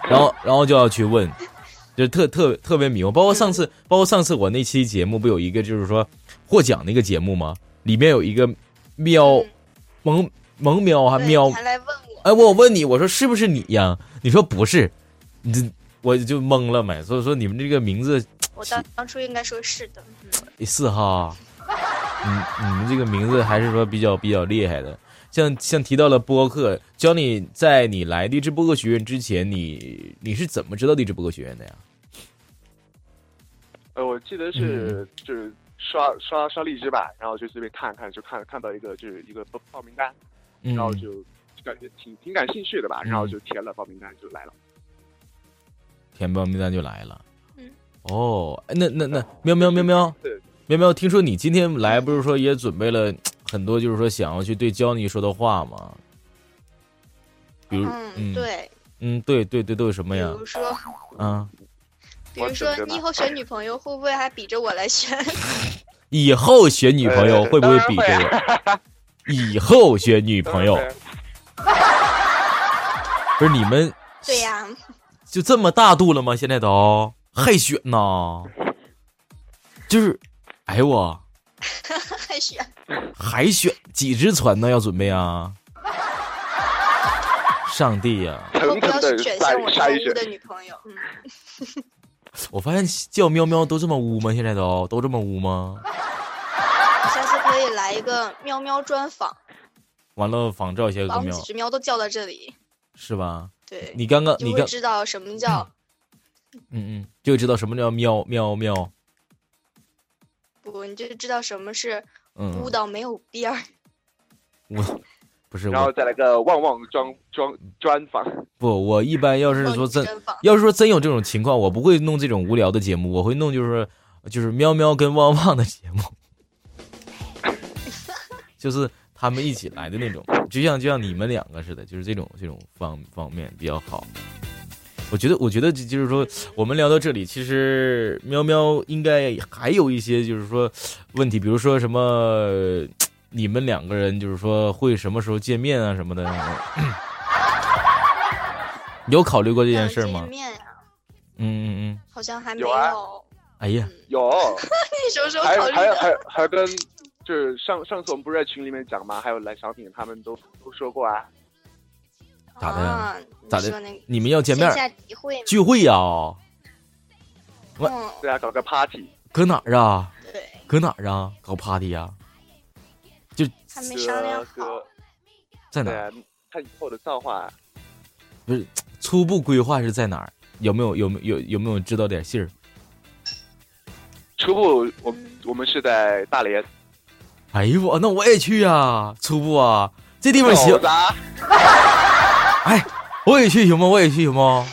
S1: 然后然后就要去问，就特特特别迷茫，包括上次，包括上次我那期节目不有一个就是说获奖那个节目吗？里面有一个喵
S2: 嗯
S1: 萌萌喵还哦
S2: 对
S1: 啊喵
S2: 你还来问我，
S1: 哎，我问你，我说是不是你呀？你说不是，你这我就懵了嘛。所以说你们这个名字
S2: 我当当初应该说是的。嗯
S1: 是哈，啊嗯你你们这个名字还是说比较比较厉害的。像像提到了播客，教你在你来励志播客学院之前，你你是怎么知道励志播客学院的呀？
S3: 呃，我记得
S1: 嗯
S3: 是就是刷刷刷荔枝吧，然后就随便看看，就看看到一个就是一个报报名单，
S1: 嗯
S3: 然，后就感觉挺挺感兴趣的吧，
S1: 嗯
S3: 然后就填了报名单就来了。
S1: 填报名单就来了。
S2: 嗯
S1: 哦，哎那那那喵喵喵喵
S3: 对，
S1: 喵喵，听说你今天来不是说也准备了很多，就是说想要去对教你说的话吗？比如，
S2: 嗯，对，
S1: 嗯，对对对，都有什么
S2: 比
S1: 呀？
S2: 如说，
S1: 啊，
S2: 比如
S3: 我
S2: 说
S3: 准备，了
S2: 你以后选女朋友会不会还比着我来选？
S1: 以后选女朋友
S3: 呃
S1: 会不会比
S3: 当
S1: 这
S3: 然啊
S1: 个？以后选女朋友
S3: 当然
S1: 不是你们
S2: 对呀、
S1: 就这么大度了吗？现在都还选呢？就是，哎呦我
S2: 还选
S1: 还选几只船呢？要准备啊！上帝呀、
S2: 我
S3: 层
S2: 不要
S3: 层的
S2: 选像我
S3: 筛
S2: 这
S3: 筛
S2: 么污的
S3: 选，
S2: 女朋友。嗯，
S1: 我发现叫喵喵都这么污吗？现在都都这么污吗？
S2: 下次可以来一个喵喵专访，
S1: 完了，仿照一下个
S2: 把我们
S1: 喵
S2: 几只喵都叫到这里。
S1: 是吧？
S2: 对，
S1: 你刚刚
S2: 就
S1: 你
S2: 会
S1: 刚
S2: 知道 什么叫
S1: 嗯嗯，就知道什么叫喵喵喵，
S2: 不，你就知道什么是
S1: 嗯，
S2: 污到没有边儿。
S1: 我不是
S3: 然后
S1: 我
S3: 再来个旺旺专专专访，
S1: 不我一般要是
S2: 梦
S1: 说
S2: 里
S1: 真
S2: 真棒
S1: 要是说真有这种情况，我不会弄这种无聊的节目，我会弄就是就是喵喵跟汪汪的节目，就是他们一起来的那种，就像就像你们两个似的，就是这种这种方方面比较好。我觉得，我觉得就就是说，我们聊到这里，其实喵喵应该还有一些就是说问题，比如说什么，呃你们两个人就是说会什么时候见面啊什么的，有考虑过这件事儿
S2: 见
S1: 吗？
S2: 面呀，
S1: 嗯嗯嗯，
S2: 好像还没
S3: 有啊
S2: 有。
S1: 哎呀，
S3: 有，
S2: 你什么时候
S3: 还
S2: 考
S3: 有
S2: 虑
S3: 还有还
S2: 的？
S3: 有还有跟，就是上上次我们不是在群里面讲吗？还有来小品他们都都说过啊，
S1: 咋的呀
S2: 啊你
S1: 咋的
S2: 说那个
S1: 你们要见面
S2: 线下集会嘛？
S1: 聚会啊呀、我
S2: 嗯，
S3: 对啊，搞个 party，
S1: 搁哪儿啊？
S2: 对，
S1: 搁哪儿啊？搞 party 呀、
S2: 还没商量
S3: 哥
S2: 好
S3: 哥，，
S1: 在哪
S3: 对
S1: 儿？
S3: 啊，看以后的造化，
S1: 初步规划是在哪儿？有没有有没有有有没有知道点信儿？
S3: 初步我我们是在大连，
S1: 哎呦我，那我也去啊！初步啊，这地方行
S3: 走，啥？
S1: 哎，我也去行吗？我也去行吗？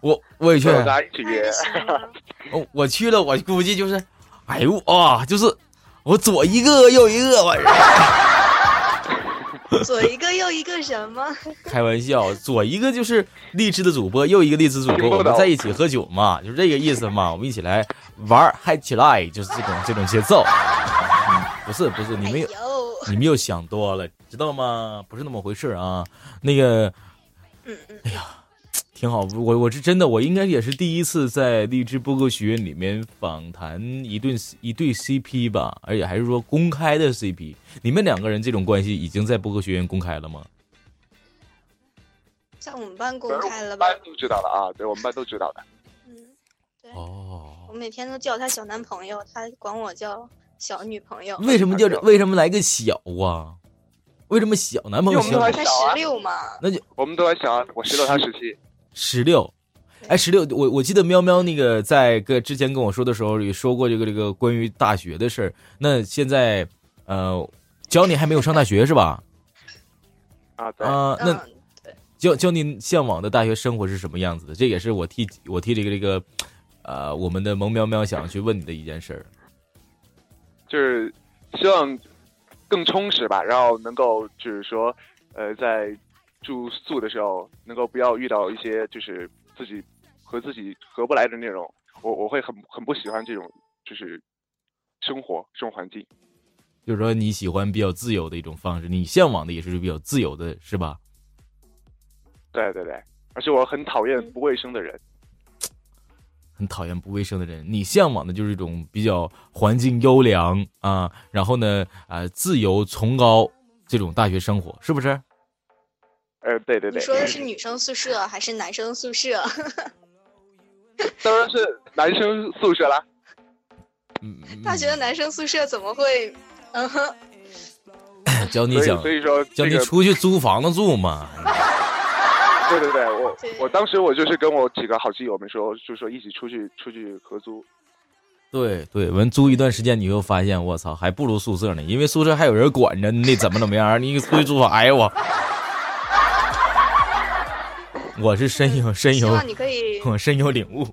S1: 我我也去，
S3: 走啥一起
S2: 那
S3: 约
S2: 就，行了。
S1: 我我去了，我估计就是，哎呦啊，就是我左一个右一个，我
S2: 左一个右一个什么？
S1: 开玩笑，左一个就是励志的主播，右一个励志主播，我们在一起喝酒嘛，就是这个意思嘛，我们一起来玩儿嗨起来，就是这种这种节奏。嗯不是不是，你
S2: 哎
S1: 们有
S2: 呦，
S1: 你们又想多了，知道吗？不是那么回事儿啊。那个
S2: 嗯嗯，
S1: 挺好，我我是真的，我应该也是第一次在励志播客学院里面访谈一顿一对 CP 吧，而且还是说公开的 CP。你们两个人这种关系已经在播客学院公开了吗？
S2: 像我们班公
S3: 反正
S2: 开
S3: 我
S2: 了
S3: 们
S2: 吧？
S3: 班都知道的啊，对我们班都知道的，
S2: 嗯，对，
S1: 哦。
S2: 我每天都叫他小男朋友，他管我叫小女朋友。
S1: 为什么叫这？为什么来个小啊？为什么小男朋友
S3: 因为
S1: 小
S3: 我们都还
S2: 他
S3: 小啊
S2: 十六嘛，
S3: 我们都在想，我十六，他十七，
S1: 十六？哎，十六，我我记得喵喵那个在跟之前跟我说的时候也说过这个这个关于大学的事儿。那现在呃，教你还没有上大学是吧？
S3: 啊， 对，
S1: 啊、那
S2: 嗯，
S1: 教教你向往的大学生活是什么样子的？这也是我替我替这个这个呃我们的萌喵喵想去问你的一件事儿。
S3: 就是希望更充实吧，然后能够就是说，呃，在住宿的时候能够不要遇到一些就是自己和自己合不来的那种，我我会很很不喜欢这种就是生活这种环境。
S1: 就是说你喜欢比较自由的一种方式，你向往的也是比较自由的，是吧？
S3: 对对对，而且我很讨
S2: 嗯
S3: 厌不卫生的人。
S1: 很讨厌不卫生的人，你向往的就是一种比较环境优良啊，然后呢，啊、自由崇高这种大学生活，是不是？
S3: 呃，对对
S2: 你
S3: 对，
S2: 说的是女生宿舍还是男生 宿舍？
S3: 当然是男生宿舍啦。
S1: 嗯，嗯
S2: 大学的男生宿舍怎么会？嗯哼，
S1: 呃教你
S3: 所以
S1: 想
S3: 所以说
S1: 教
S3: 这
S1: 你
S3: 个，
S1: 出去租房子住嘛，
S3: 对对对，我
S2: 对
S3: 我当时我就是跟我几个好基友们说，就说一起出去出去合租。
S1: 对对，完租一段时间，你就发现我操，还不如宿舍呢，因为宿舍还有人管着，你得怎么怎么样，你出去租房，哎呦我，我是深有深
S2: 希
S1: 有
S2: 望你可以，
S1: 我深有领悟，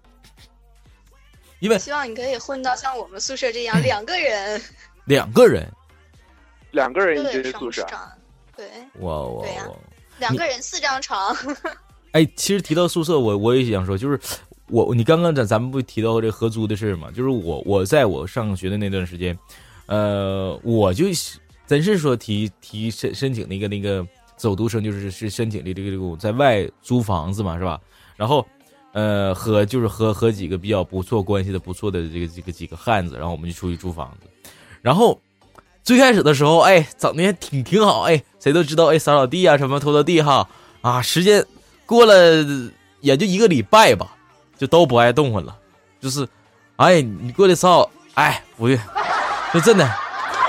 S1: 因为
S2: 希望你可以混到像我们宿舍 这样两个 人，
S1: 两个人，
S3: 两个人一
S2: 对，
S3: 间
S2: 床
S3: 宿舍，啊
S2: 上，对，
S1: 我我
S2: 对呀
S1: 我。
S2: 两个人四张床，
S1: 哎，其实提到宿舍，我我也想说，就是我你刚刚咱咱们不提到这合租的事儿嘛？就是我我在我上学的那段时间，呃，我就真是说提提申申请那个那个走读生，就是是申请的这个这个我在外租房子嘛，是吧？然后。呃，和就是和和几个比较不错关系的、不错的这个这个几个汉子，然后我们就出去租房子。然后最开始的时候，哎，整的挺挺好，哎，谁都知道，哎，扫扫地啊，什么拖拖地哈，啊，时间过了也就一个礼拜吧，就都不爱动弹了，就是，哎，你过来扫，哎，不用，就真的，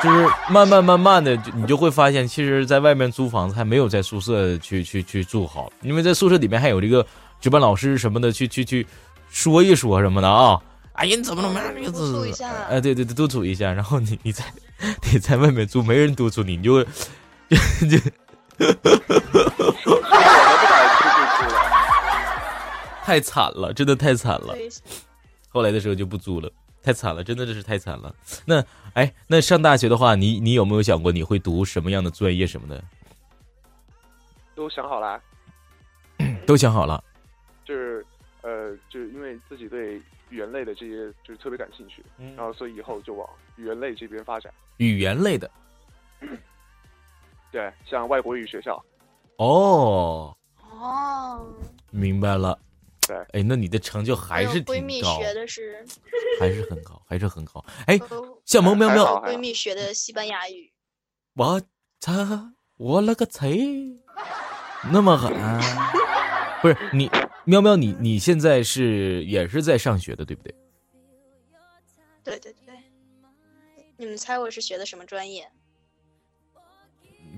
S1: 就是慢慢慢慢的，就你就会发现，其实在外面租房子还没有在宿舍去去去住好，因为在宿舍里面还有这个值班老师什么的去去去说一说什么的啊。哎呀，你怎么怎么样？
S2: 督促一下
S1: 哎，对对对，督促一下。然后你你在你在外面住，没人督促你，你就会就
S3: 我不敢哎出去住了。
S1: 太惨了，真的太惨了。
S2: 对，
S1: 后来的时候就不租了，太惨了，真的是太惨了。那哎，那上大学的话，你你有没有想过你会读什么样的专业什么的？
S3: 都想好了，
S1: 都想好了。
S3: 就是呃，就是因为自己对语言类的这些就是特别感兴趣，
S1: 嗯
S3: 然后所以以后就往语言类这边发展。
S1: 语言类的
S3: 对，像外国语学校，
S1: 哦，
S2: 哦，
S1: 明白了。
S3: 对
S1: 哎，那你的成就还
S2: 我
S1: 是
S2: 有闺蜜
S1: 挺高，
S2: 学的 是，
S1: 还是很高，还是很高。哎，
S2: 呃
S1: 像萌喵
S3: 哦还
S1: 喵
S3: 好，
S2: 我闺蜜学的西班牙语，
S1: 我操，我了个贼，那么狠、啊 不是你，喵喵，你你现在是也是在上学的，对不对？
S2: 对对对。你们猜我是学的什么专业？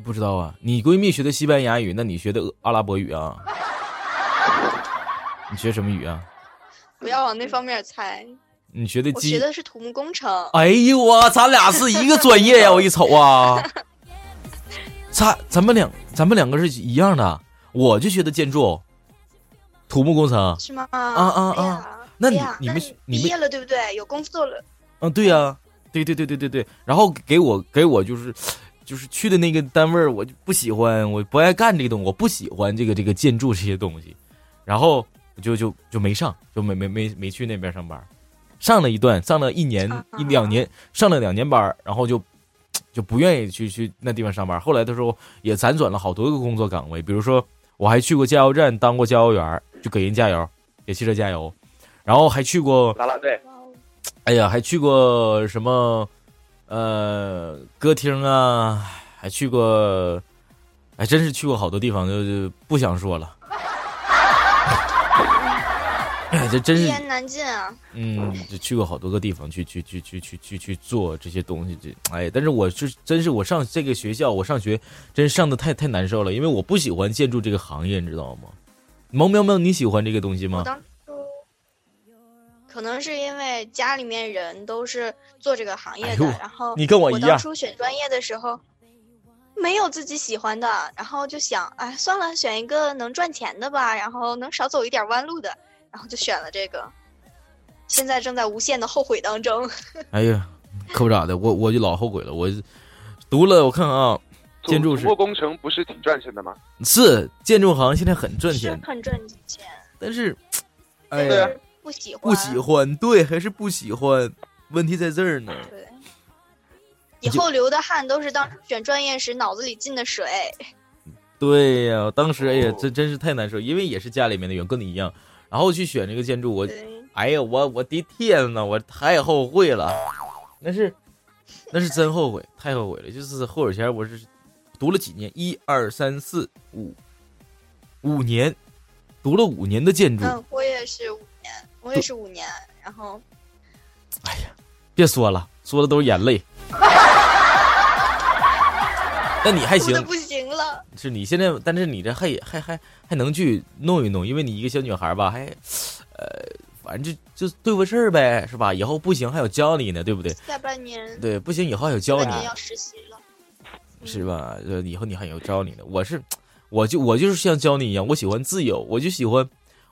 S1: 不知道啊，你闺蜜学的西班牙语，那你学的俄阿拉伯语啊？你学什么语啊？
S2: 不要往那方面猜。
S1: 你学的
S2: 我学
S1: 嗯鸡？
S2: 的是土木工程，
S1: 哎呦我，咱俩是一个专业呀、 我一瞅啊，咱咱们两咱们两个是一样的，我就学的建筑、土木工程。
S2: 是吗？
S1: 啊
S2: 哎呀
S1: 啊那你
S2: 哎呀
S1: 你
S2: 那
S1: 们你
S2: 毕
S1: 们
S2: 业了对不对？有工作了，
S1: 嗯，对呀、对对对对对对。然后给我给我就是就是去的那个单位儿，我就不喜欢，我不爱干这个东西，我不喜欢这个这个建筑这些东西，然后我就就就没上，就没没没没去那边上班儿，上了一段，上了一年
S2: 啊
S1: 一两年，上了两年班儿，然后就。就不愿意去去那地方上班儿。后来的时候也辗转了好多个工作岗位，比如说我还去过加油站当过加油员儿，就给人加油，给汽车加油，然后还去过
S3: 啦啦队，
S1: 哎呀，还去过什么，呃，歌厅啊，还去过，还真是去过好多地方，就就不想说了。 哎，这真
S2: 一
S1: 是，
S2: 言难尽啊！
S1: 嗯，就去过好多个地方去去去去去去去做这些东西，这哎，但是我是真是我上这个学校，我上学真上的太太难受了，因为我不喜欢建筑这个行业，你知道吗？萌喵喵，你喜欢这个东西
S2: 我
S1: 吗？
S2: 当初可能是因为家里面人都是做这个行业的，
S1: 哎呦
S2: 然后
S1: 你跟我
S2: 我
S1: 一
S2: 当
S1: 样，
S2: 初选专业的时候，没有自己喜欢的，然后就想，哎，算了，选一个能赚钱的吧，然后能少走一点弯路的，然后就选了这个。现在正在无限的后悔当中。
S1: 哎呀，可不咋的，我我就老后悔了。我读了，我看看啊，建筑
S3: 土
S1: 是
S3: 木工程不是挺赚钱的吗？
S1: 是建筑行现在很赚钱
S2: 是，很赚钱，
S1: 但是，哎
S3: 对
S1: 呀
S3: 啊，
S2: 不喜欢，
S1: 不喜欢，对，还是不喜欢。问题在这儿呢。
S2: 对。以后流的汗都是当初选专业时脑子里进的水。
S1: 对呀、当时哎呀
S3: 哦，
S1: 这真是太难受，因为也是家里面的缘，跟你一样，然后去选这个建筑，我
S2: 对，
S1: 哎呀，我我的天呐，我太后悔了，那是那是真后悔，太后悔了。就是后悔前我是读了几年，一二三四五五年，读了五年的建筑，
S2: 嗯，我也是五年，我也是五年，然后
S1: 哎别说了，说的都是眼泪。 那你还
S2: 哭的
S1: 行，
S2: 不行了。
S1: 是你现在，但是你这还还还还能去弄一弄，因为你一个小女孩吧，还，呃，反正就就对付事儿呗，是吧？以后不行还有教你呢，对不对？
S2: 下半年，
S1: 对，啊不行以后还有
S2: 下
S1: 教
S2: 半
S1: 你
S2: 年，要实习了。嗯
S1: 是吧？呃，以后你还有教你的。我是，我就我就是像教你一样，我喜欢自由，我就喜欢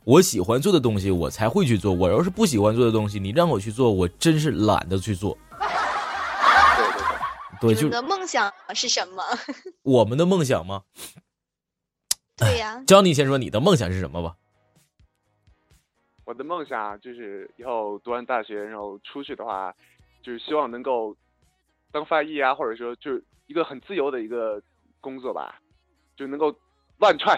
S1: 我喜欢做的东西，我才会去做。我要是不喜欢做的东西，你让我去做，我真是懒得去做。
S3: 对对
S1: 对，
S3: 对，
S2: 你
S1: 就
S2: 们的梦想是什 么？
S1: 我们的梦想吗？
S2: 对呀、
S1: 教你先说你的梦想是什么吧。
S3: 我的梦想啊就是以后读完大学，然后出去的话，就是希望能够当翻译啊，或者说就是一个很自由的一个工作吧，就能够乱窜，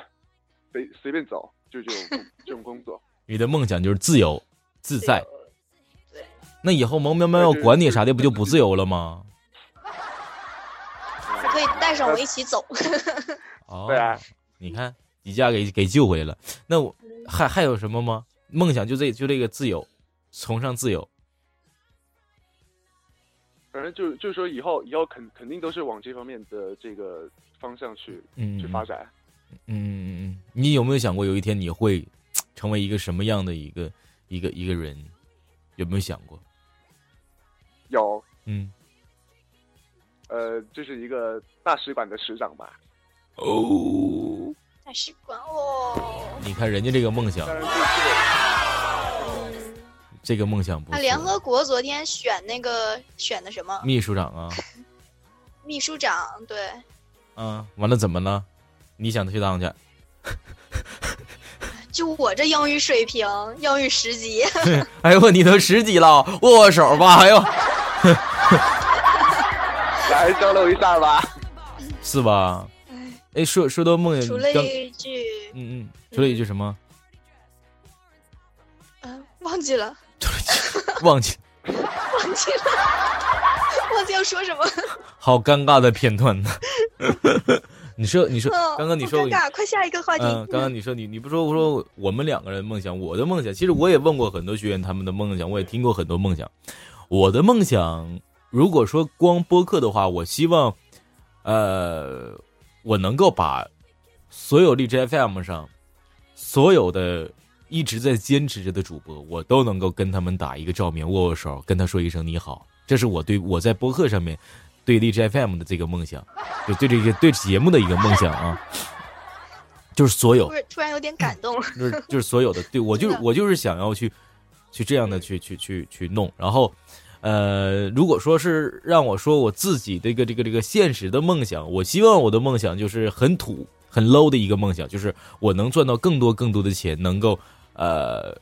S3: 随随便走，就这种这种工作。
S1: 你的梦想就是自由自在。那以后萌喵喵
S3: 对
S1: 要
S3: 就是
S1: 管你啥的，不就不自由了吗？
S2: 还可以带上我一起走。
S1: 哦，
S3: 对啊，
S1: 你看一下给给救回来了。那我还还有什么吗？梦想就这就这个自由，崇尚自由。
S3: 反正就就是说以后以后肯肯定都是往这方面的这个方向去
S1: 嗯
S3: 去发展。
S1: 嗯，嗯嗯，你有没有想过有一天你会成为一个什么样的一个一个一个人？有没有想过？
S3: 有
S1: 嗯，
S3: 呃，就是一个大使馆的使长吧。
S1: 哦，
S2: 大使馆哦，
S1: 你看人家这个梦想
S3: 当，然这这
S1: 这个梦想不
S2: 那啊联
S1: 错。
S2: 合国昨天选那个选的什么
S1: 秘书长啊，
S2: 秘书长？对，
S1: 嗯，完了怎么了？你想去当去？
S2: 就我这英语水平，英语十级，
S1: 哎呦，你都十几了，握握手吧。 哎呦，
S3: 个来交流一下吧。
S1: 是吧？哎，说说到梦
S2: 除
S1: 想，
S2: 了
S1: 刚
S2: 一句，
S1: 嗯嗯，除了一句什么，
S2: 嗯、忘记了，
S1: 忘记，
S2: 忘记了， 忘记要说什么。
S1: 好尴尬的片段呢。 你说，你说
S2: 嗯，，
S1: 刚刚你说
S2: 好尴尬，快下一个话题。
S1: 嗯，刚刚你说你你不说我说我们两个人梦想，我的梦想，其实我也问过很多学员他们的梦想，我也听过很多梦想。我的梦想，如果说光播客的话，我希望，呃，我能够把所有荔枝 FM 上所有的一直在坚持着的主播，我都能够跟他们打一个照面，握握手，跟他说一声你好，这是我对我在播客上面对荔枝 FM 的这个梦想，就对这个对节目的一个梦想啊。就是所有
S2: 突，然突然有点感动。
S1: 就是就是所有的，对我就是
S2: 真的
S1: 我就是想要去去这样的去去去去弄，然后呃，如果说是让我说我自己这个这个这个现实的梦想，我希望我的梦想就是很土很 low 的一个梦想，就是我能赚到更多更多的钱，能够呃。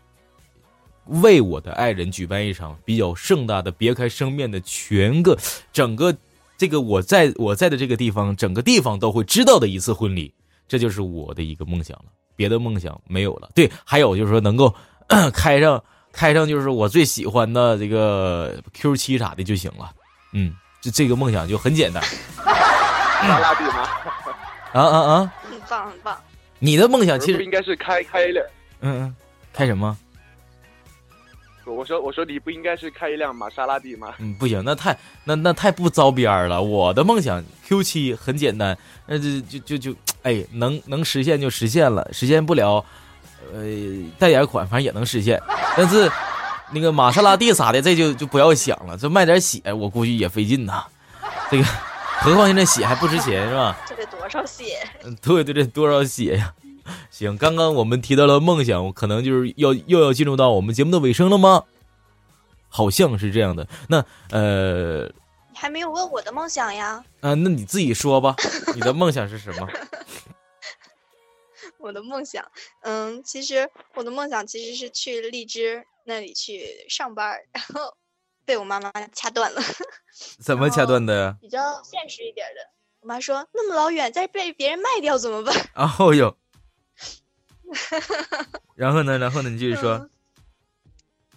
S1: 为我的爱人举办一场比较盛大的、别开生面的，全个整个这个我在我在的这个地方，整个地方都会知道的一次婚礼，这就是我的一个梦想了。别的梦想没有了。对，还有就是说能够 开上开上就是我最喜欢的这个 Q 七啥的就行了。嗯，这这个梦想就很简单
S3: 拉 拉比吗？
S1: 啊啊啊！
S2: 很棒，很棒。
S1: 你的梦想
S3: 不
S1: 其
S3: 是
S1: 实
S3: 应该是开开一辆？
S1: 嗯嗯，开什么？
S3: 我说我说你不应该是开一辆玛莎拉蒂吗？
S1: 嗯，不行，那太那那太不招边儿了。我的梦想 Q 七很简单，那这就就就哎，能能实现就实现了，实现不了，呃，贷点款反正也能实现。但是那个玛莎拉蒂啥的，这就就不要想了，这卖点血我估计也费劲呐。这个，何况现在血还不值钱是吧？
S2: 这得多少血？
S1: 嗯对对对，多少血呀？行，刚刚我们提到了梦想，我可能就是要又要进入到我们节目的尾声了吗？好像是这样的。那呃，
S2: 你还没有问我的梦想呀？
S1: 啊，那你自己说 吧，你的梦想是什么？
S2: 我的梦想，嗯，其实我的梦想其实是去荔枝那里去上班儿，然后被我妈妈掐断了。
S1: 怎么掐断的呀？
S2: 比较现实一点的，我妈说那么老远再被别人卖掉怎么办？
S1: 啊，哦 哟，然后呢？然后呢？你继续说。
S2: 嗯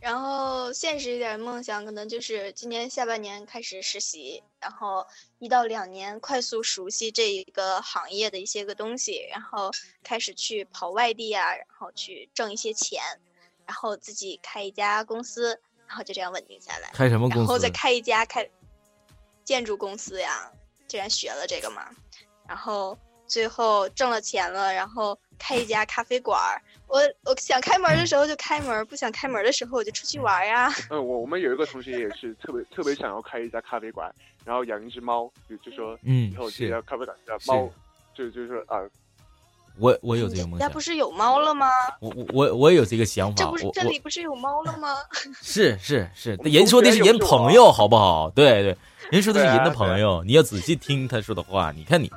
S2: 然后现实一点的梦想，可能就是今年下半年开始实习，然后一到两年快速熟悉这一个行业的一些个东西，然后开始去跑外地啊，然后去挣一些钱，然后自己开一家公司，然后就这样稳定下来，
S1: 开什么公
S2: 然后再
S1: 司？
S2: 开一家开建筑公司呀。既然学了这个嘛，然后最后挣了钱了，然后开一家咖啡馆儿。我我想开门的时候就开门，不想开门的时候我就出去玩儿呀。
S3: 嗯，我我们有一个同学也是特别特别想要开一家咖啡馆，然后养一只猫，就就说
S1: 嗯
S3: 以后，这
S1: 是
S3: 家咖啡馆的
S1: 是
S3: 猫，就就是说啊，
S1: 我我有这个
S2: 人
S1: 梦
S2: 家
S1: 想
S2: 不，是有猫了吗？
S1: 我我我我也有这个想
S2: 这
S1: 法，
S2: 不是
S1: 我
S2: 这
S1: 我
S2: 里不是有猫了吗？
S1: 是是是，
S3: 我们
S1: 人
S3: 同
S1: 说的
S3: 学
S1: 是
S3: 有
S1: 人
S3: 这种
S1: 朋
S3: 啊
S1: 友，好不好？对对，人说的是
S3: 对啊
S1: 人的
S3: 对
S1: 朋
S3: 啊
S1: 友，你要仔细听他说的话。你 看你，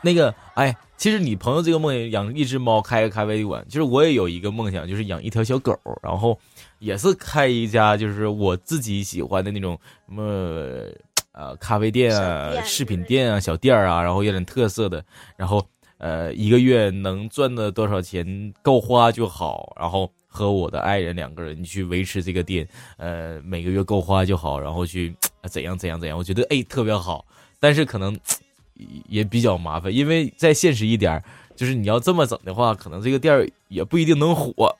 S1: 那个，哎，其实你朋友这个梦想，养一只猫，开个咖啡馆，就是我也有一个梦想，就是养一条小狗，然后也是开一家就是我自己喜欢的那种什么呃咖啡店
S2: 小
S1: 啊、
S2: 店
S1: 饰
S2: 之
S1: 品
S2: 类的
S1: 店啊、小店儿啊，然后有点特色的，然后呃，一个月能赚的多少钱够花就好，然后和我的爱人两个人去维持这个店，呃，每个月够花就好，然后去呃怎样怎样怎样，我觉得哎特别好，但是可能呃也比较麻烦，因为再现实一点儿，就是你要这么整的话，可能这个店儿也不一定能火。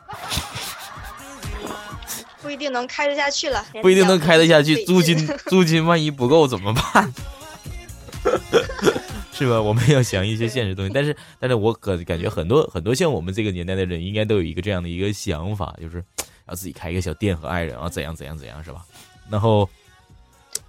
S2: 不一定能开得下去了，
S1: 不一定能开得下去，
S2: 费
S1: 租金租金万一不够怎么办？ 是吧？我们要想一些现实东西，但是但是我感感觉很多很多像我们这个年代的人，应该都有一个这样的一个想法，就是要自己开一个小店和爱人啊，怎样怎样怎样，是吧？然后，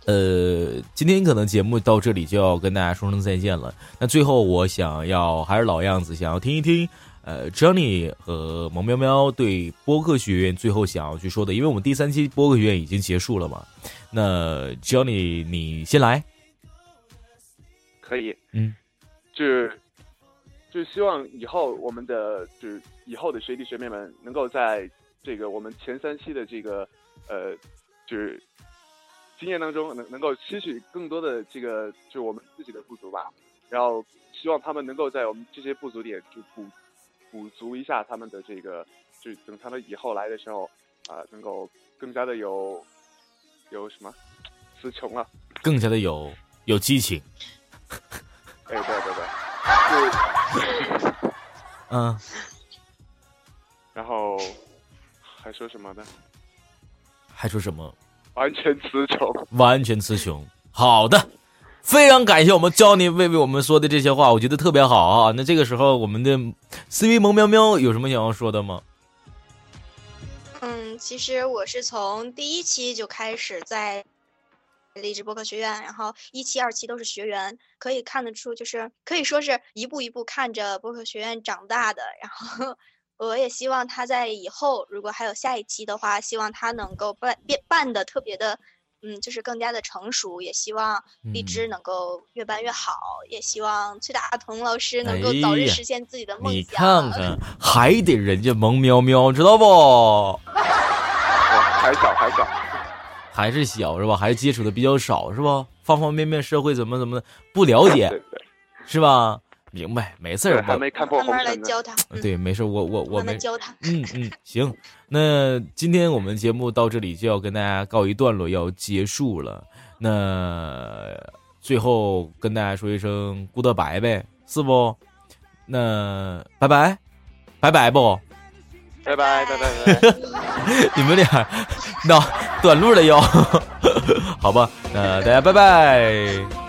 S1: 呃，今天可能节目到这里就要跟大家说声再见了。那最后我想要还是老样子，想要听一听呃，Johnny 和萌喵喵对播客学院最后想要去说的，因为我们第三期播客学院已经结束了嘛。那 Johnny，你先来。
S3: 可以，
S1: 嗯，
S3: 就是就是希望以后我们的就是以后的学弟学妹们能够在这个我们前三期的这个呃就是经验当中能能够吸取更多的这个就是我们自己的不足吧，然后希望他们能够在我们这些不足点就补补足一下他们的这个，就是等他们以后来的时候啊、能够更加的有有什么词穷了。
S1: 更加的有有激情。
S3: 哎，对对对，就
S1: 嗯，
S3: 然后还说什么呢？
S1: 还说什么
S3: 完全词穷。
S1: 完全词穷？好的，非常感谢我们 Johnny 为为我们说的这些话，我觉得特别好啊。那这个时候，我们的 CV 萌喵喵有什么想要说的吗？
S2: 嗯，其实我是从第一期就开始在励志播客学院，然后一期、二期都是学员，可以看得出，就是可以说是一步一步看着播客学院长大的。然后我也希望他在以后如果还有下一期的话，希望他能够办变办的特别的，嗯，就是更加的成熟。也希望荔
S1: 嗯
S2: 枝能够越办越好，也希望崔大同老师能够早
S1: 哎
S2: 日
S1: 呀
S2: 实现自己的梦想。
S1: 你看看，还得人家萌喵喵，知道不？
S3: 哇还小还小，
S1: 还是小是吧？还是接触的比较少是吧？方方面面社会怎么怎么的不了解
S3: 对对
S1: 是吧？明白，没事
S3: 对，
S1: 儿，
S3: 还
S1: 我
S3: 没看破
S2: 慢
S3: 红
S2: 慢来
S3: 尘呢。
S2: 教他，嗯，
S1: 呃对没事儿，我我我
S2: 慢
S1: 没
S2: 慢教他。
S1: 嗯嗯，行，那今天我们节目到这里就要跟大家告一段落，要结束了。那最后跟大家说一声 goodbye 呗，是不？那拜拜，拜拜不？
S3: 拜拜拜拜拜拜。
S1: 你们俩 那短路了又，好吧，那大家拜拜。